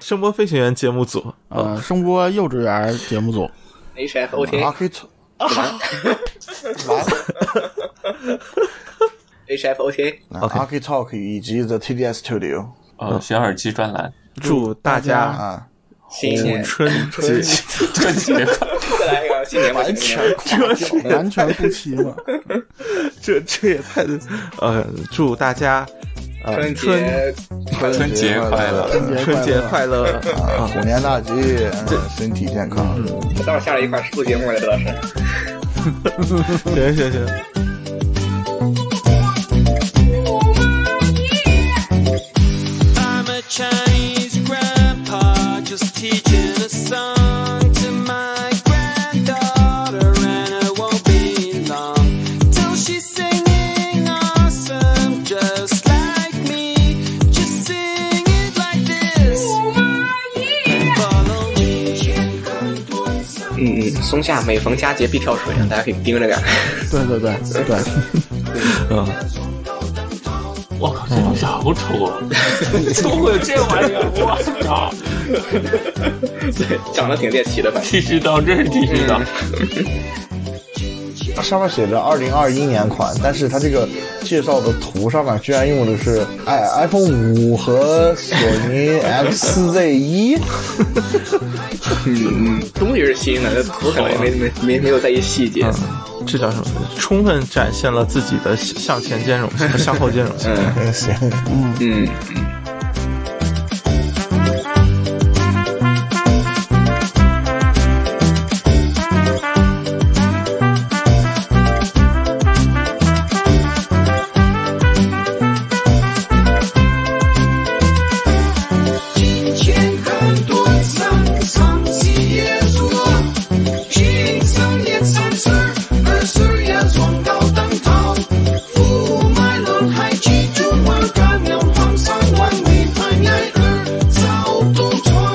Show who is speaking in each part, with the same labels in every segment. Speaker 1: 声波飞行员节目组，
Speaker 2: 呃，
Speaker 3: 嗯
Speaker 2: 声波幼稚园节目 组
Speaker 3: HFOT
Speaker 4: 啊，可以错，
Speaker 3: HFOT
Speaker 4: 啊 Arky Talk 以及 The TDS Studio
Speaker 5: 呃，学耳机专栏，
Speaker 1: 祝大家
Speaker 4: 啊，
Speaker 3: 新一年
Speaker 1: 春节
Speaker 5: 春节快乐，
Speaker 3: 再来一个新年吧，新 年
Speaker 2: 完全不期嘛。
Speaker 1: 这这也太 呃，祝大家呃
Speaker 3: 春
Speaker 1: 春
Speaker 3: 节快乐
Speaker 5: 春节快乐，
Speaker 1: 春节快乐
Speaker 4: 啊，
Speaker 1: 啊！
Speaker 4: 虎年大吉，嗯身体健康。
Speaker 2: 啊
Speaker 3: 我待会儿下来一块儿录节目来，刘老师。
Speaker 1: 行行行。
Speaker 6: I'm a Chinese grandpa just teaching a song to my granddaughter, and it won't be long till she's singing awesome just like me. Just sing it like this. Follow me.
Speaker 3: 嗯嗯，松下每逢佳节必跳水，大家可以盯着点儿。
Speaker 2: 对对对 对，嗯
Speaker 5: 我靠，这东西好丑 啊！怎么会有这玩意儿？我操！
Speaker 3: 长得挺猎奇的，反正。
Speaker 5: 剃须刀，这是剃须刀。
Speaker 4: 它上面写着二零二一年款，但是它这个介绍的图上面居然用的是哎 iPhone 五和索尼 XZ 一，
Speaker 3: 嗯嗯，东西是新的，我可能也没没没没有在意细
Speaker 2: 嗯
Speaker 3: 节。
Speaker 1: 这叫什么？充分展现了自己的向前兼容 性和向后兼容性。
Speaker 4: 嗯行，
Speaker 3: 嗯，
Speaker 6: 前很多上上几也做，一三年三十二岁也撞到灯泡，雾霾轮还记住我，干娘黄山万里排爱儿早东床，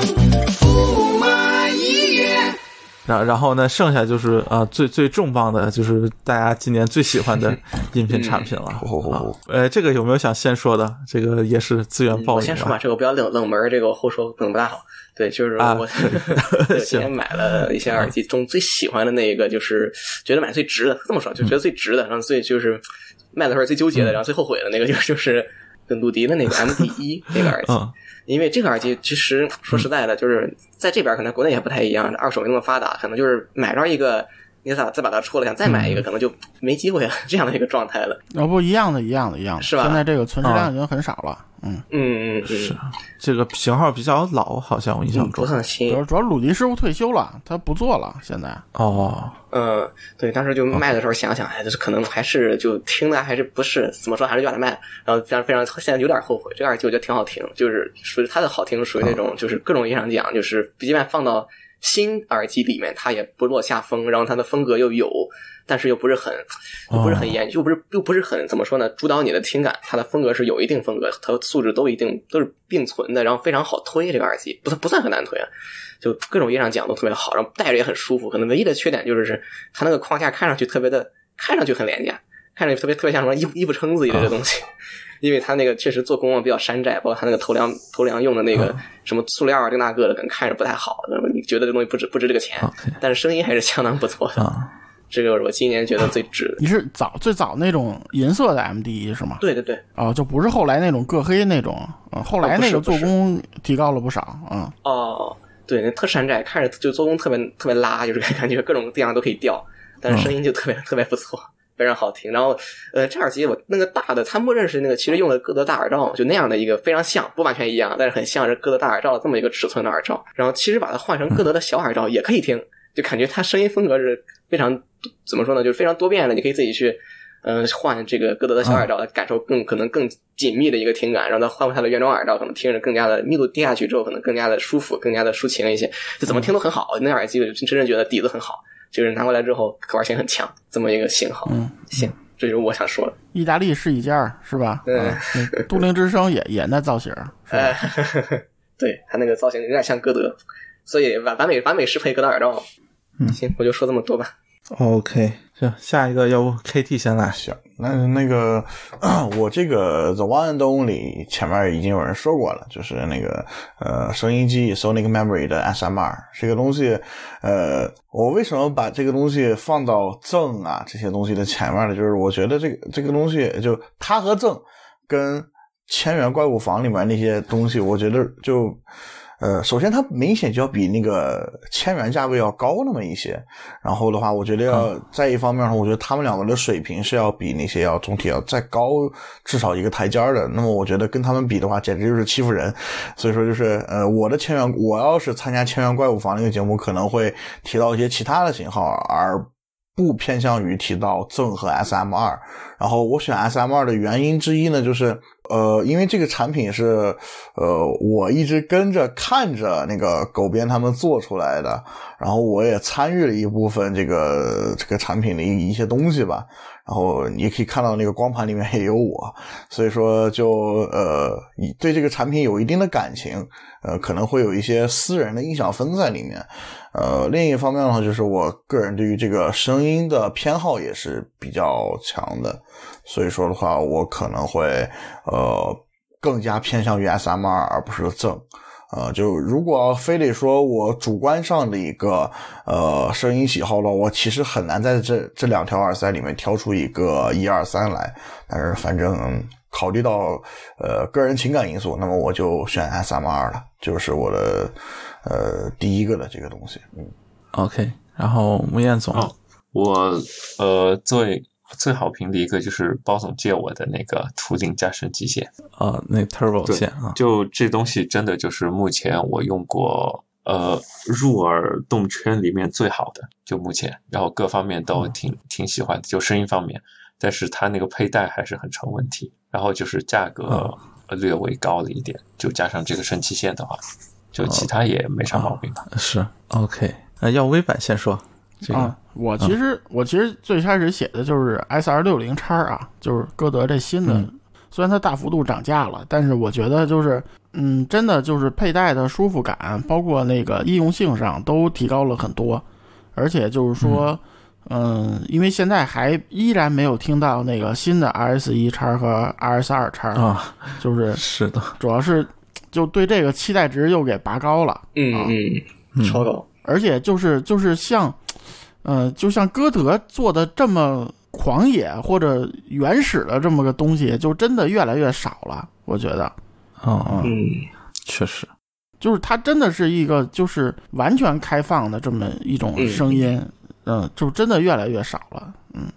Speaker 6: 雾霾一夜。
Speaker 1: 然然后呢，剩下就是啊、呃最最重磅的就是大家今年最喜欢 的音频产品了。啊呃，这个有没有想先说的？这个也是资源爆
Speaker 3: 我
Speaker 1: 盈
Speaker 3: 先说吧，
Speaker 1: 啊。
Speaker 3: 这个我不要冷冷门儿，这个我后说可能不大好。对，就是
Speaker 1: 啊
Speaker 3: 我
Speaker 1: 是
Speaker 3: 对今天买了一些耳机，中最喜欢的那一个就是觉得买最值的，这么说就觉得最值的，然后最就是卖的时候最纠
Speaker 1: 嗯
Speaker 3: 结的，然后最后悔的那个就是就是跟鲁迪的 那个 MD 一那个耳机，
Speaker 1: 嗯
Speaker 3: 因为这个耳机其实说实在的，就是在这边可能国内也不太一样，二手没那么发达，可能就是买着一个，你咋再把它出了，想再买
Speaker 1: 嗯
Speaker 3: 一个，可能就没机会了，这样的一个状态了。
Speaker 2: 要哦不一样的，一样的，一样的。
Speaker 3: 是吧
Speaker 2: 现在这个存世量已经很少了，嗯，
Speaker 3: 嗯嗯嗯，
Speaker 1: 这个型号比较老，好像我印象
Speaker 3: 不
Speaker 1: 中。
Speaker 3: 算
Speaker 2: 主
Speaker 3: 新。
Speaker 2: 要主要鲁迪师傅退休了，他不做了，现在
Speaker 1: 哦，
Speaker 3: 嗯，对，当时就卖的时候想想，哎，就是可能还是就听的还是不是怎么说，还是就把它卖了。然后非常非常，现在有点后悔。这个耳机我觉得挺好听，就是属于它的好听，属于那种就是各种意义上讲，就是即便放到新耳机里面，它也不落下风，然后它的风格又有，但是又不是很又不是很严，又不是又不是很怎么说呢，主导你的听感。它的风格是有一定风格，它的素质都一定都是并存的，然后非常好推这个耳机，不算不算很难推啊。就各种意义上讲都特别好，然后戴着也很舒服。可能唯一的缺点就是它那个框架看上去特别的，看上去很廉价，看上去特别特别像什么衣服衣服撑子一类的东西。因为它那个确实做工啊比较山寨，包括它那个头梁头梁用的那个什么塑料啊这那个的，可能看着不太好。那么你觉得这东西不值不值这个钱
Speaker 1: OK
Speaker 3: 但是声音还是相当不错的。
Speaker 1: 啊
Speaker 3: 这个是我今年觉得最值的。
Speaker 2: 你是早最早那种银色的 M D 是吗？
Speaker 3: 对对对，
Speaker 2: 哦，就不是后来那种铬黑那种，嗯，后来那个
Speaker 3: 哦不
Speaker 2: 做
Speaker 3: 是
Speaker 2: 工提高了不少，嗯，
Speaker 3: 哦，对，那特山寨，看着就做工特别特别拉，就是感觉各种地方都可以调，但是声音就特别、特别不错，非常好听。然后，呃，这耳机我那个大的，它默认是那个其实用的歌德大耳罩，就那样的一个非常像，不完全一样，但是很像是歌德大耳罩的这么一个尺寸的耳罩。然后其实把它换成歌德的小耳罩也可以听，就感觉它声音风格是非常怎么说呢，就是非常多变的，你可以自己去。嗯，换这个歌德的小耳罩，感受更可能更紧密的一个听感，然后再换回它的原装耳罩，可能听着更加的密度低下去之后，可能更加的舒服，更加的抒情一些，就怎么听都很好。那耳机我真真正觉得底子很好，就是拿过来之后可玩性很强，这么一个型号。
Speaker 2: 嗯，
Speaker 3: 行，这就是我想说的。
Speaker 2: 意大利是一家儿是吧？
Speaker 3: 对
Speaker 2: 嗯，那都灵之声也也那造型儿，是吧
Speaker 3: 哎， 对他那个造型有点像歌德，所以完完美完美适配歌德耳罩。嗯，行，我就说这么多吧。
Speaker 1: OK，行，下一个要不 KT 先来？
Speaker 4: 行，那那个 我这个 The One and Only 前面已经有人说过了，就是那个呃收音机 Sonic Memory 的 SMR 这个东西，呃，我为什么把这个东西放到正啊这些东西的前面呢？就是我觉得这个这个东西就它和正跟千元怪物房里面那些东西，我觉得就。呃，首先它明显就要比那个千元价位要高那么一些，然后的话，我觉得要在一方面的话，我觉得他们两个的水平是要比那些要总体要再高至少一个台阶儿的。那么我觉得跟他们比的话，简直就是欺负人。所以说就是呃，我的千元，我要是参加千元怪物房那个节目，可能会提到一些其他的型号，而不偏向于提到正和 SM 二。然后我选 SM 二的原因之一呢，就是呃，因为这个产品是呃，我一直跟着看着那个狗编他们做出来的，然后我也参与了一部分这个这个产品的一一些东西吧。然后你也可以看到那个光盘里面也有我，所以说就呃以对这个产品有一定的感情，呃可能会有一些私人的印象分在里面。呃，另一方面的话，就是我个人对于这个声音的偏好也是比较强的，所以说的话，我可能会呃更加偏向于 SMR 而不是正。呃，就如果非得说我主观上的一个呃声音喜好了，我其实很难在这这两条耳塞里面挑出一个一二三来。但是反正、嗯考虑到呃个人情感因素，那么我就选 SMR 了，就是我的呃第一个的这个东西。嗯，
Speaker 1: OK，然后吴彦总，
Speaker 5: 哦我呃最最好评的一个就是包总借我的那个图灵加深机械，
Speaker 1: 呃，那 Turbo
Speaker 5: 对
Speaker 1: 线啊，
Speaker 5: 就这东西真的就是目前我用过呃入耳动圈里面最好的，就目前，然后各方面都挺、挺喜欢的，就声音方面，但是它那个佩戴还是很成问题，然后就是价格略微高了一点，就加上这个神器线的话，就其他也没啥毛病吧。
Speaker 1: 是 OK，呃，要微版先说这个，
Speaker 2: 啊，我其实、我其实最开始写的就是 S R 六零叉啊，就是歌德这新的，虽然它大幅度涨价了，但是我觉得就是，嗯，真的就是佩戴的舒服感，包括那个易用性上都提高了很多，而且就是说，嗯，因为现在还依然没有听到那个新的 R S 一叉和 R S 二叉，
Speaker 1: 啊，
Speaker 2: 就是
Speaker 1: 是的，
Speaker 2: 主要是就对这个期待值又给拔高了，啊
Speaker 3: 嗯嗯，超高，
Speaker 2: 而且就是就是像，呃，就像歌德做的这么狂野或者原始的这么个东西，就真的越来越少了。我觉得，
Speaker 1: 哦，
Speaker 2: 嗯，
Speaker 3: 嗯，
Speaker 1: 确实，
Speaker 2: 就是它真的是一个就是完全开放的这么一种声音，嗯、就真的越来越少了。
Speaker 3: 嗯，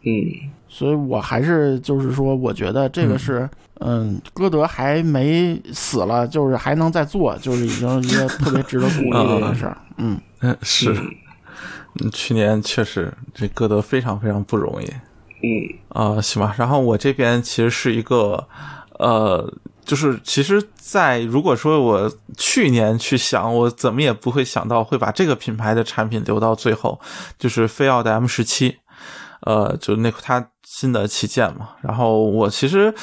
Speaker 2: 所以我还是就是说，我觉得这个是，嗯，歌德还没死了，就是还能再做，就是已经是一个特别值得鼓励的一个事儿。嗯，
Speaker 1: 嗯，是，嗯去年确实这歌德非常非常不容易，
Speaker 3: 嗯，
Speaker 1: 啊，行吧。然后我这边其实是一个，呃，就是其实，在如果说我去年去想，我怎么也不会想到会把这个品牌的产品留到最后，就是菲奥的 M 十七，呃，就那它新的旗舰嘛。然后我其实，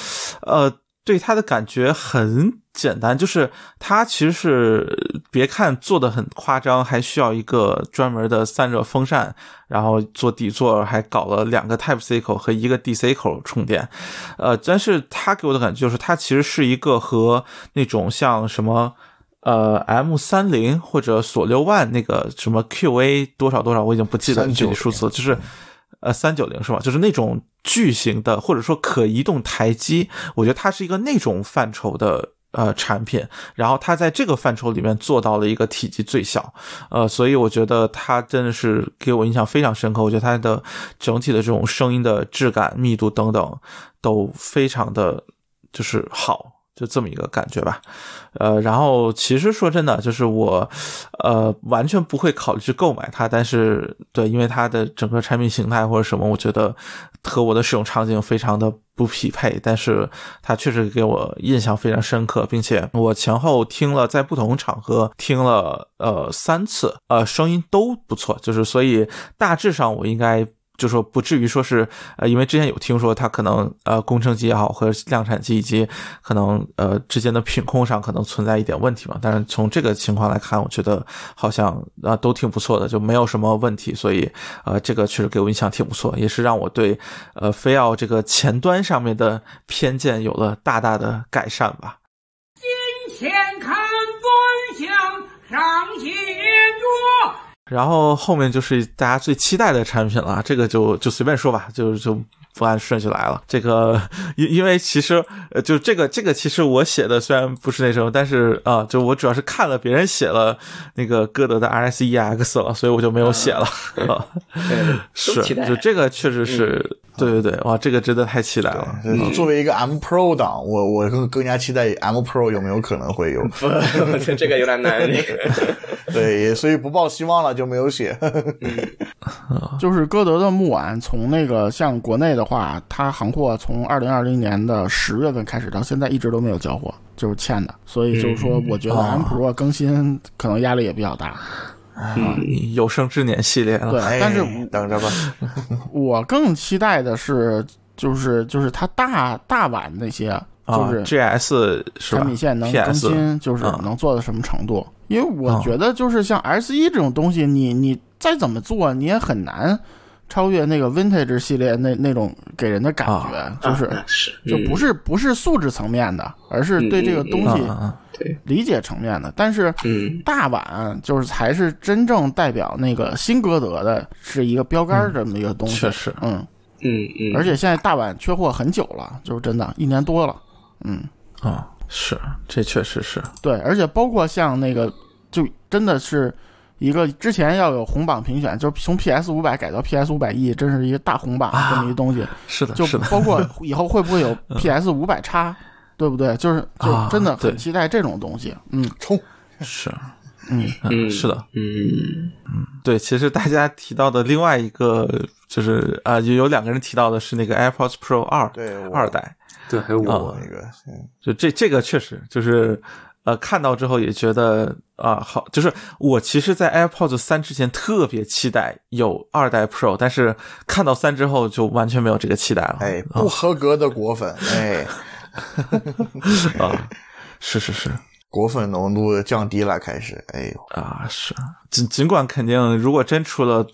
Speaker 1: 呃，对它的感觉很简单，就是它其实是别看做的很夸张，还需要一个专门的散热风扇，然后做底座还搞了两个 Type C 口和一个 DC 口充电，呃，但是它给我的感觉就是它其实是一个和那种像什么。呃，M 三零或者索六万那个什么 QA 多少多少，我已经不记得
Speaker 4: 390
Speaker 1: 具体数字了，就是呃三九零是吧？就是那种巨型的或者说可移动台机，我觉得它是一个那种范畴的呃产品，然后它在这个范畴里面做到了一个体积最小，呃，所以我觉得它真的是给我印象非常深刻。我觉得它的整体的这种声音的质感、密度等等都非常的就是好，就这么一个感觉吧。呃，然后其实说真的，就是我呃完全不会考虑去购买它，但是对，因为它的整个产品形态或者什么，我觉得和我的使用场景非常的不匹配，但是它确实给我印象非常深刻，并且我前后听了在不同场合听了呃三次，呃声音都不错，就是所以大致上我应该。就说不至于说是呃，因为之前有听说它可能呃工程机也好和量产机以及可能呃之间的品控上可能存在一点问题嘛，但是从这个情况来看，我觉得好像啊、呃都挺不错的，就没有什么问题，所以呃这个确实给我印象挺不错，也是让我对呃飞奥这个前端上面的偏见有了大大的改善吧。
Speaker 7: 前看端详，尚且着。
Speaker 1: 然后后面就是大家最期待的产品了，这个就就随便说吧，就就不按顺序来了。这个因因为其实呃，就这个这个其实我写的虽然不是那什么，但是啊、就我主要是看了别人写了那个歌德的 R S E X 了，所以我就没有写了。
Speaker 2: 嗯
Speaker 1: 啊、
Speaker 3: 对，
Speaker 1: 是，
Speaker 3: 都期待
Speaker 1: 就这个确实是，
Speaker 2: 嗯
Speaker 1: 对对对，哇，这个真的太期待了。
Speaker 4: 就是嗯作为一个 M Pro 党，我我更更加期待 M Pro 有没有可能会
Speaker 2: 嗯
Speaker 4: 有，
Speaker 3: 不，我觉得这个有点难。这个
Speaker 4: 对，也所以不抱希望了就没有写。
Speaker 2: 就是歌德的木碗，从那个像国内的话，它行货从二零二零年的十月份开始到现在一直都没有交货，就是欠的。所以就是
Speaker 1: 嗯
Speaker 2: 说，我觉得 M Pro 更新可能压力也比较大。
Speaker 1: 有生之年系列了，
Speaker 2: 对，
Speaker 4: 哎
Speaker 2: 但是
Speaker 4: 等着吧，
Speaker 2: 我更期待的是，就是就是它大大碗那些，就
Speaker 1: 啊
Speaker 2: 是
Speaker 1: ，G S 是吧
Speaker 2: 产品线能更
Speaker 1: PS
Speaker 2: 新，就是
Speaker 1: 嗯
Speaker 2: 能做到什么程度？因为我
Speaker 1: 嗯
Speaker 2: 觉得就是像 S 一这种东西，你你再怎么做，你也很难超越那个 Vintage 系列那那种给人的感觉，就是
Speaker 3: 啊是
Speaker 2: 就不
Speaker 3: 是
Speaker 2: 是不是素质层面的，而是对这个东
Speaker 1: 啊
Speaker 2: 西
Speaker 1: 啊啊
Speaker 2: 理解层面的。但是
Speaker 3: 嗯
Speaker 2: 大碗就是才是真正代表那个新歌德的，是一个标杆儿这么一个东西。
Speaker 1: 确实
Speaker 2: 嗯，
Speaker 3: 嗯嗯，
Speaker 2: 而且现在大碗缺货很久了，就是真的，一年多了。嗯，
Speaker 1: 啊，是，这确实是，
Speaker 2: 对，而且包括像那个，就真的是一个之前要有红榜评选，就是从 PS 五百改到 PS 五百 E，真是一个大红榜这么一东西。
Speaker 1: 是的，
Speaker 2: 就是
Speaker 1: 的，
Speaker 2: 包括以后会不会有 PS 五百叉，对不对？就是
Speaker 1: 啊
Speaker 2: 就真的
Speaker 1: 对
Speaker 2: 很期待这种东西。嗯，
Speaker 4: 冲！
Speaker 1: 是，
Speaker 2: 嗯
Speaker 1: 嗯，
Speaker 3: 嗯
Speaker 1: 是的，
Speaker 3: 嗯
Speaker 1: 对，其实大家提到的另外一个就是啊、有有两个人提到的是那个 AirPods Pro 二，
Speaker 4: 对我
Speaker 1: 二代，
Speaker 5: 对，还有我，
Speaker 4: 那个嗯
Speaker 1: 就这这个确实就是呃看到之后也觉得啊、好，就是我其实，在 AirPods 三之前特别期待有二代 Pro，但是看到三之后就完全没有这个期待了，
Speaker 4: 哎，
Speaker 2: 啊
Speaker 4: 不合格的果粉， 哎，
Speaker 1: 啊，是是是，
Speaker 4: 果粉浓度降低了，开始，哎呦，
Speaker 1: 啊，是，尽尽管肯定，如果真出了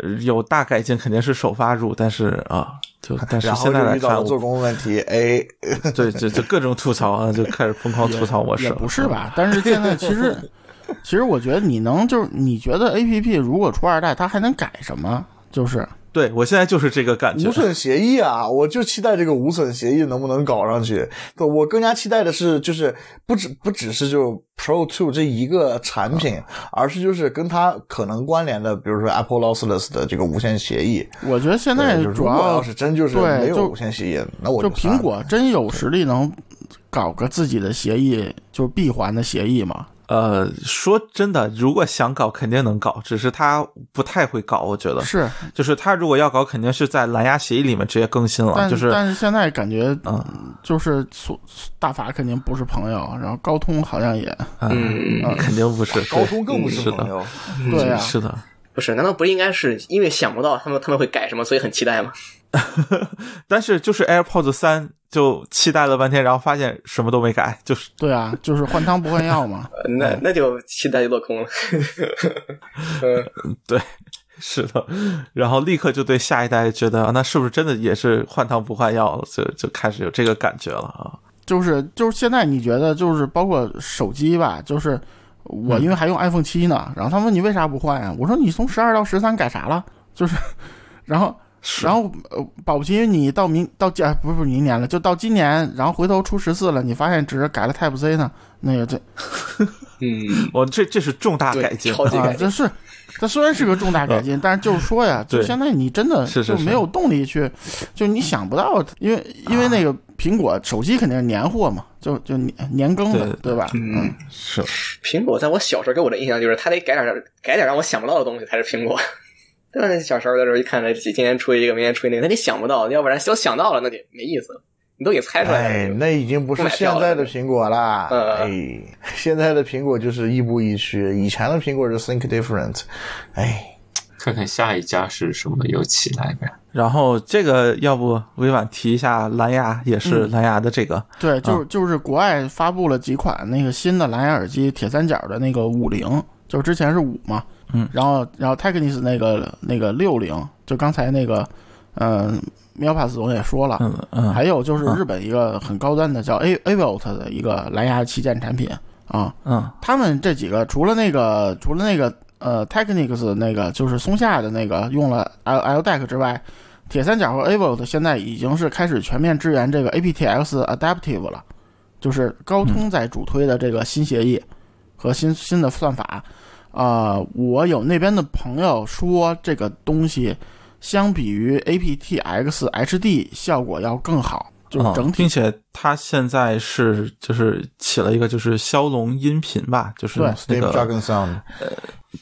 Speaker 1: 呃有大改进，肯定是首发入，但是啊， 就但是
Speaker 4: 然后
Speaker 1: 现在
Speaker 4: 就
Speaker 1: 来
Speaker 4: 遇到
Speaker 1: 看
Speaker 4: 了，做工问题，哎，
Speaker 1: 我 对，就就各种吐槽啊，就开始疯狂吐槽模式
Speaker 2: 也
Speaker 1: 了，
Speaker 2: 不是吧？但是现在其实，其实我觉得你能就是你觉得 A P P 如果出二代，它还能改什么？就是
Speaker 1: 嗯对我现在就是这个感觉
Speaker 4: 无，损协议啊，我就期待这个无损协议能不能搞上去。对我更加期待的是，就是不只不只是就 Pro Two 这一个产
Speaker 2: 啊
Speaker 4: 品，而是就是跟它可能关联的，比如说 Apple Lossless 的这个无线协议。
Speaker 2: 我觉得现
Speaker 4: 对
Speaker 2: 在
Speaker 4: 就是如
Speaker 2: 主
Speaker 4: 果
Speaker 2: 要
Speaker 4: 要是真就是
Speaker 2: 对
Speaker 4: 没有
Speaker 2: 就
Speaker 4: 无线协议，那我
Speaker 2: 就
Speaker 4: 算
Speaker 2: 苹
Speaker 4: 了
Speaker 2: 果真有实力能搞个自己的协议，就是闭环的协议嘛？
Speaker 1: 呃，说真的，如果想搞，肯定能搞，只是他不太会搞，我觉得，
Speaker 2: 是，
Speaker 1: 就是他如果要搞，肯定是在蓝牙协议里面直接更新了，
Speaker 2: 但
Speaker 1: 啊就是
Speaker 2: 但是现在感觉，
Speaker 1: 嗯
Speaker 2: 就是所大法肯定不是朋友，然后高通好像也
Speaker 3: 嗯嗯，
Speaker 1: 呃肯定不是，
Speaker 4: 高
Speaker 1: 对
Speaker 4: 通更不
Speaker 1: 是
Speaker 4: 朋
Speaker 1: 的，
Speaker 4: 友，
Speaker 2: 对啊，
Speaker 1: 是的。
Speaker 3: 不是，难道不应该是因为想不到他们他们会改什么，所以很期待吗？
Speaker 1: 但是就是 AirPods 三就期待了半天，然后发现什么都没改，就是
Speaker 2: 对啊，就是换汤不换药嘛。
Speaker 3: 呃那那就期待就落空了。
Speaker 1: 是的，然后立刻就对下一代觉得啊那是不是真的也是换汤不换药了，就就开始有这个感觉了啊。
Speaker 2: 就是就是现在你觉得就是包括手机吧，就是我因为还用 iPhone 七呢，然后他问你为啥不换呀、我说你从十二到十三改啥了？就是，然后然后呃，保不齐你到明到今、啊、不是不是明年了，就到今年，然后回头出十四了，你发现只是改了 Type C 呢，那个这
Speaker 3: 嗯，
Speaker 1: 我这这是重大
Speaker 3: 对
Speaker 1: 改进，
Speaker 3: 超级
Speaker 2: 啊
Speaker 3: 改，
Speaker 2: 这是它虽然是个重大改进，但是就是 说呀，就
Speaker 1: 嗯对
Speaker 2: 现在你真的
Speaker 1: 是是啊
Speaker 2: 就是没有动力去，就你想不到，因为因为那个苹果手机肯定是年货嘛，就就年年更的，
Speaker 1: 对
Speaker 2: 对吧？嗯，
Speaker 1: 是
Speaker 3: 苹果在我小时候给我的印象就是，它得改点改点让我想不到的东西才是苹果。 对吧？那小时候的时候一看，这今天出一个，明天出一个，那你想不到，要不然都想到了，那就没意思了。你都给猜出来
Speaker 4: 哎，
Speaker 3: 了，
Speaker 4: 那已经不是现在的苹果啦。
Speaker 3: 嗯
Speaker 4: 哎，现在的苹果就是亦步亦趋，以前的苹果是 think different。哎，
Speaker 5: 看看下一家是什么有起来呗。
Speaker 1: 然后这个要不微婉提一下，蓝牙也是
Speaker 2: 嗯
Speaker 1: 蓝牙的这个，
Speaker 2: 对，就是
Speaker 1: 啊
Speaker 2: 就是国外发布了几款那个新的蓝牙耳机，铁三角的那个五零，就是之前是五嘛，
Speaker 1: 嗯
Speaker 2: 然后然后 Technics 那个那个六零，就刚才那个，嗯、喵 m i l p a s 总也说了，
Speaker 1: 嗯嗯，
Speaker 2: 还有就是日本一个很高端的叫 A Avot 的一个蓝牙旗舰产品啊，
Speaker 1: 嗯
Speaker 2: 他们这几个除了那个除了那个呃 Technics 那个就是松下的那个用了 L L DAC 之外，铁三角和 Avot 现在已经是开始全面支援这个 aptX Adaptive 了，就是高通在主推的这个新协议和新新的算法。啊、我有那边的朋友说这个东西相比于 aptX HD 效果要更好，就是
Speaker 1: 嗯
Speaker 2: 整体
Speaker 1: 并且它现在是就是起了一个就是骁龙音频吧，就是
Speaker 2: 对
Speaker 1: 那个
Speaker 4: Deep Dragon Sound，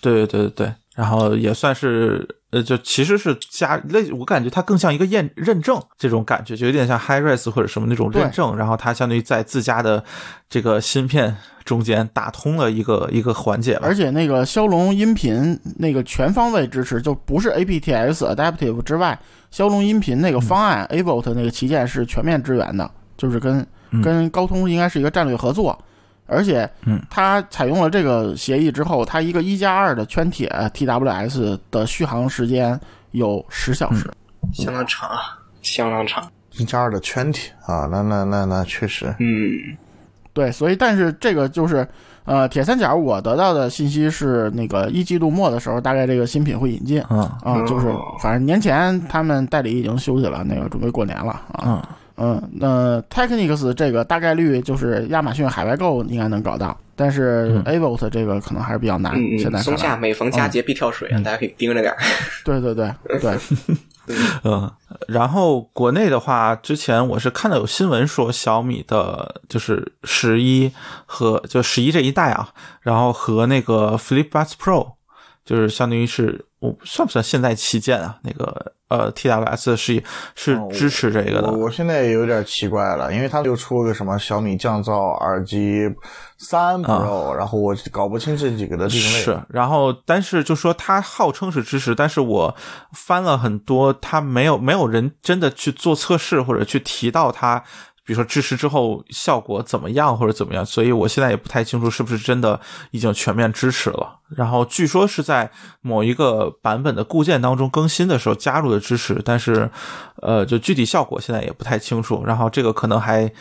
Speaker 1: 对对对对，然后也算是呃，就其实是加类，我感觉它更像一个验认证这种感觉，就有点像 HiRes 或者什么那种
Speaker 2: 对
Speaker 1: 认证，然后它相当于在自家的这个芯片中间打通了一个一个环节吧
Speaker 2: 而。且那个骁龙音频那个全方位支持，就不是 aptX Adaptive 之外，骁龙音频那个方案、a v o t 那个旗舰是全面支援的，就是跟、
Speaker 1: 嗯
Speaker 2: 跟高通应该是一个战略合作。而且
Speaker 1: 嗯，
Speaker 2: 它采用了这个协议之后，它一个一加二的圈铁 TWS 的续航时间有十小时。
Speaker 3: 相当长啊，相当长。
Speaker 4: 一加二的圈体啊，那那那那确实，
Speaker 3: 嗯，
Speaker 2: 对，所以但是这个就是，呃，铁三角我得到的信息是，那个一季度末的时候，大概这个新品会引进。
Speaker 1: 嗯
Speaker 2: 啊，就是
Speaker 3: 哦
Speaker 2: 反正年前他们代理已经休息了，那个准备过年了啊。
Speaker 1: 嗯
Speaker 2: 嗯，那 Technics 这个大概率就是亚马逊海外购应该能搞到，但是
Speaker 1: 嗯
Speaker 2: Avot 这个可能还是比较难。
Speaker 3: 嗯
Speaker 2: 现在
Speaker 3: 嗯，
Speaker 2: 看
Speaker 3: 松
Speaker 2: 来
Speaker 3: 下每逢
Speaker 4: 哦
Speaker 3: 佳节必跳水
Speaker 4: 嗯
Speaker 3: 啊，大家可以盯着点儿。
Speaker 2: 对对对 对，
Speaker 1: 嗯，然后国内的话，之前我是看到有新闻说小米的，就是十一和就十一这一代啊，然后和那个 Flip Buds Pro，就是相当于是我算不算现在旗舰啊？那个呃 TWS 十一是
Speaker 4: 哦
Speaker 1: 支持这个的，
Speaker 4: 我我现在也有点奇怪了，因为它就出了个什么小米降噪耳机三
Speaker 1: 啊
Speaker 4: Pro，、然后我搞不清这几个的定位。
Speaker 1: 是，然后但是就说它号称是支持，但是我翻了很多，它没有没有人真的去做测试或者去提到它，比如说支持之后效果怎么样或者怎么样，所以我现在也不太清楚是不是真的已经全面支持了。然后据说是在某一个版本的固件当中更新的时候加入的支持，但是呃，就具体效果现在也不太清楚。然后这个可能还。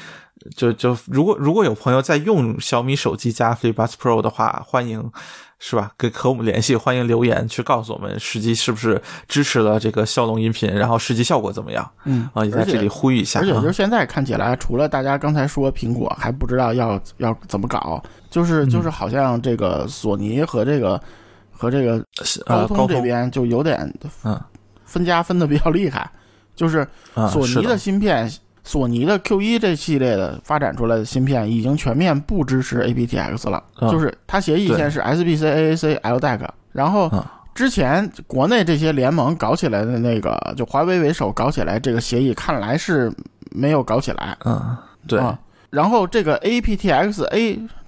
Speaker 1: 就就如果如果有朋友在用小米手机加 Flip Buds Pro 的话，欢迎是吧？给和我们联系，欢迎留言去告诉我们实际是不是支持了这个骁龙音频，然后实际效果怎么样
Speaker 2: 嗯
Speaker 1: 啊？也在
Speaker 2: 而且
Speaker 1: 这里呼吁一下
Speaker 2: 而且就
Speaker 1: 啊
Speaker 2: 是。现在看起来，除了大家刚才说苹果还不知道要要怎么搞，
Speaker 1: 嗯
Speaker 2: 就是就是好像这个索尼和这个和这个
Speaker 1: 呃，高
Speaker 2: 高通这
Speaker 1: 通
Speaker 2: 边就有点
Speaker 1: 嗯
Speaker 2: 分家分的比较厉害，就是
Speaker 1: 啊，
Speaker 2: 索
Speaker 1: 是
Speaker 2: 尼的芯片，索尼的 Q 1这系列的发展出来的芯片已经全面不支持 aptX 了，
Speaker 1: 嗯
Speaker 2: 就是它协议
Speaker 1: 对
Speaker 2: 现在是 SBC、AAC、LDAC，然 E 后
Speaker 1: 嗯
Speaker 2: 之前国内这些联盟搞起来的那个，就华为为首搞起来这个协议，看来是没有搞起来，
Speaker 1: 嗯，对，
Speaker 2: 啊。然后这个 aptxa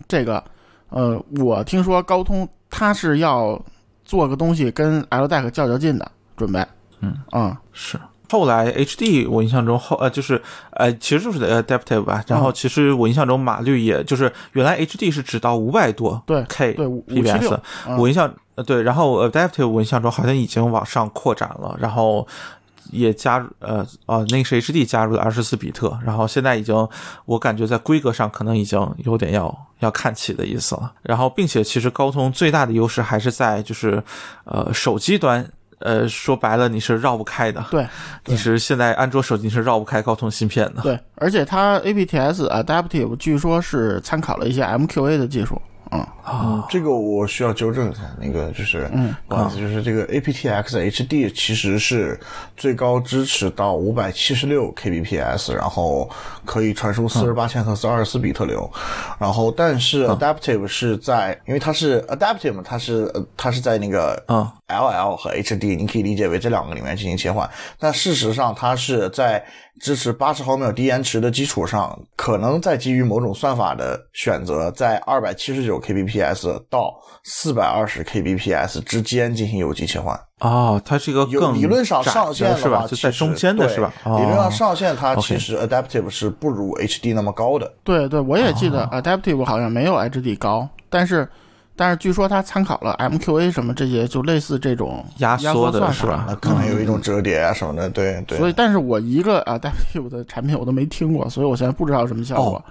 Speaker 2: 这个，呃，我听说高通它是要做个东西跟 LDAC 较较劲的准备，
Speaker 1: 嗯
Speaker 2: 啊、
Speaker 1: 是。后来 HD 我印象中后呃就是呃其实就是 adaptive 吧，然
Speaker 2: 嗯
Speaker 1: 后其实我印象中码率也就是原来 HD 是只到五百多
Speaker 2: 对
Speaker 1: K
Speaker 2: 对五五七六
Speaker 1: PPS，我印
Speaker 4: 嗯
Speaker 1: 象呃对，然后 adaptive 我印象中好像已经往上扩展了，然后也加入呃哦那个是 HD 加入了二十四比特，然后现在已经我感觉在规格上可能已经有点要要看齐的意思了。然后并且其实高通最大的优势还是在就是呃手机端。呃，说白了，你是绕不开的。
Speaker 2: 对，
Speaker 1: 你是现在安卓手机是绕不开高通芯片的。
Speaker 2: 对，而且它 apts adaptive 据说是参考了一些 MQA 的技术，嗯，
Speaker 4: 嗯，
Speaker 1: 哦
Speaker 4: 这个我需要纠正一下，那个就是，嗯，不好意思，就是这个 aptX HD 其实是最高支持到五百七十六 kbps，然后可以传输四十八千赫兹二十四比特流，然后但是 adaptive 是在，因为它是 adaptive 嘛，它是呃它是在那个
Speaker 1: 嗯
Speaker 4: LL 和 HD，你可以理解为这两个里面进行切换。但事实上，它是在支持八十毫秒低延迟的基础上，可能再基于某种算法的选择，在二百七十九 kbps 到四百二十 kbps 之间进行有机切换。
Speaker 1: 哦，它是一个
Speaker 4: 有
Speaker 1: 更
Speaker 4: 理论上
Speaker 1: 窄
Speaker 4: 上限
Speaker 1: 的是吧？
Speaker 4: 话，
Speaker 1: 就
Speaker 4: 其
Speaker 1: 在
Speaker 4: 实
Speaker 1: 中间的
Speaker 4: 对
Speaker 1: 是吧？
Speaker 4: 理论上
Speaker 1: 哦
Speaker 4: 上限它
Speaker 1: OK
Speaker 4: 其实 adaptive 是不如 HD 那么高的。
Speaker 2: 对对，我也记得
Speaker 1: 哦
Speaker 2: Adaptive 好像没有 HD 高，但是但是据说它参考了 MQA 什么这些，就类似这种
Speaker 1: 压缩
Speaker 2: 缩
Speaker 1: 的
Speaker 2: 算
Speaker 1: 是吧
Speaker 2: 法
Speaker 4: 那可能有一
Speaker 1: 嗯
Speaker 4: 种折叠啊什么的，对对。
Speaker 2: 所以，但是我一个 Adaptive 的产品我都没听过，所以我现在不知道什么效果。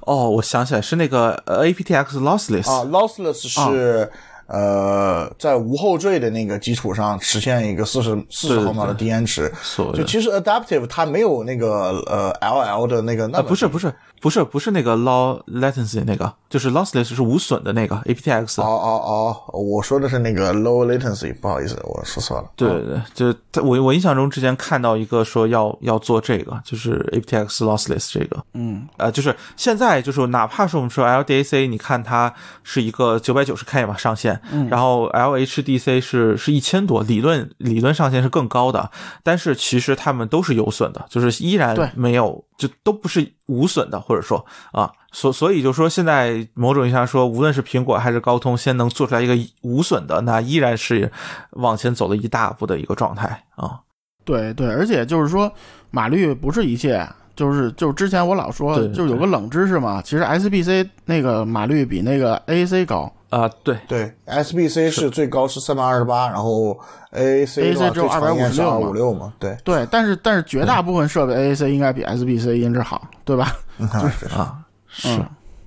Speaker 1: 哦，我想起来是那个呃 aptX
Speaker 4: 啊
Speaker 1: lossless，
Speaker 4: ，lossless 是、呃在无后缀的那个基础上实现一个四十四十
Speaker 1: 对
Speaker 4: 毫秒的低延迟。
Speaker 1: 所谓
Speaker 4: 就
Speaker 1: 的
Speaker 4: 其实 adaptive 它没有那个呃 LL 的那个那
Speaker 1: 呃
Speaker 4: 么、
Speaker 1: 不是不是不是不是那个 low latency 那个，就是 lossless 是无损的那个 aptX
Speaker 4: 哦。哦哦，我说的是那个 low latency，不好意思，我说错了。
Speaker 1: 对对对，就是它我我印象中之前看到一个说要要做这个，就是 aptX lossless 这个，
Speaker 2: 嗯，
Speaker 1: 呃，就是现在就是哪怕是我们说 LDAC，你看它是一个九百九十 K 嘛上限，然后 LHDC 是是一千多，理论理论上限是更高的，但是其实它们都是有损的，就是依然
Speaker 2: 对
Speaker 1: 没有就都不是无损的，或者说啊，所所以就说现在某种意义上说，无论是苹果还是高通，先能做出来一个无损的，那依然是往前走了一大步的一个状态啊。
Speaker 2: 对对，而且就是说码率不是一切，就是就是之前我老说
Speaker 1: 对，
Speaker 2: 就是有个冷知识嘛，其实 SBC 那个码率比那个 AAC 高
Speaker 1: 啊、对，
Speaker 4: 对，SBC 是最高是三百二十八，然后 AAC 的话
Speaker 2: AAC 只有
Speaker 4: 最常见是二
Speaker 2: 256
Speaker 4: 五六嘛，对，
Speaker 2: 对，但是但是绝大部分设备 AAC 应该比 SBC 音质好，对吧？
Speaker 4: 嗯啊对
Speaker 1: 啊，是。
Speaker 2: 嗯，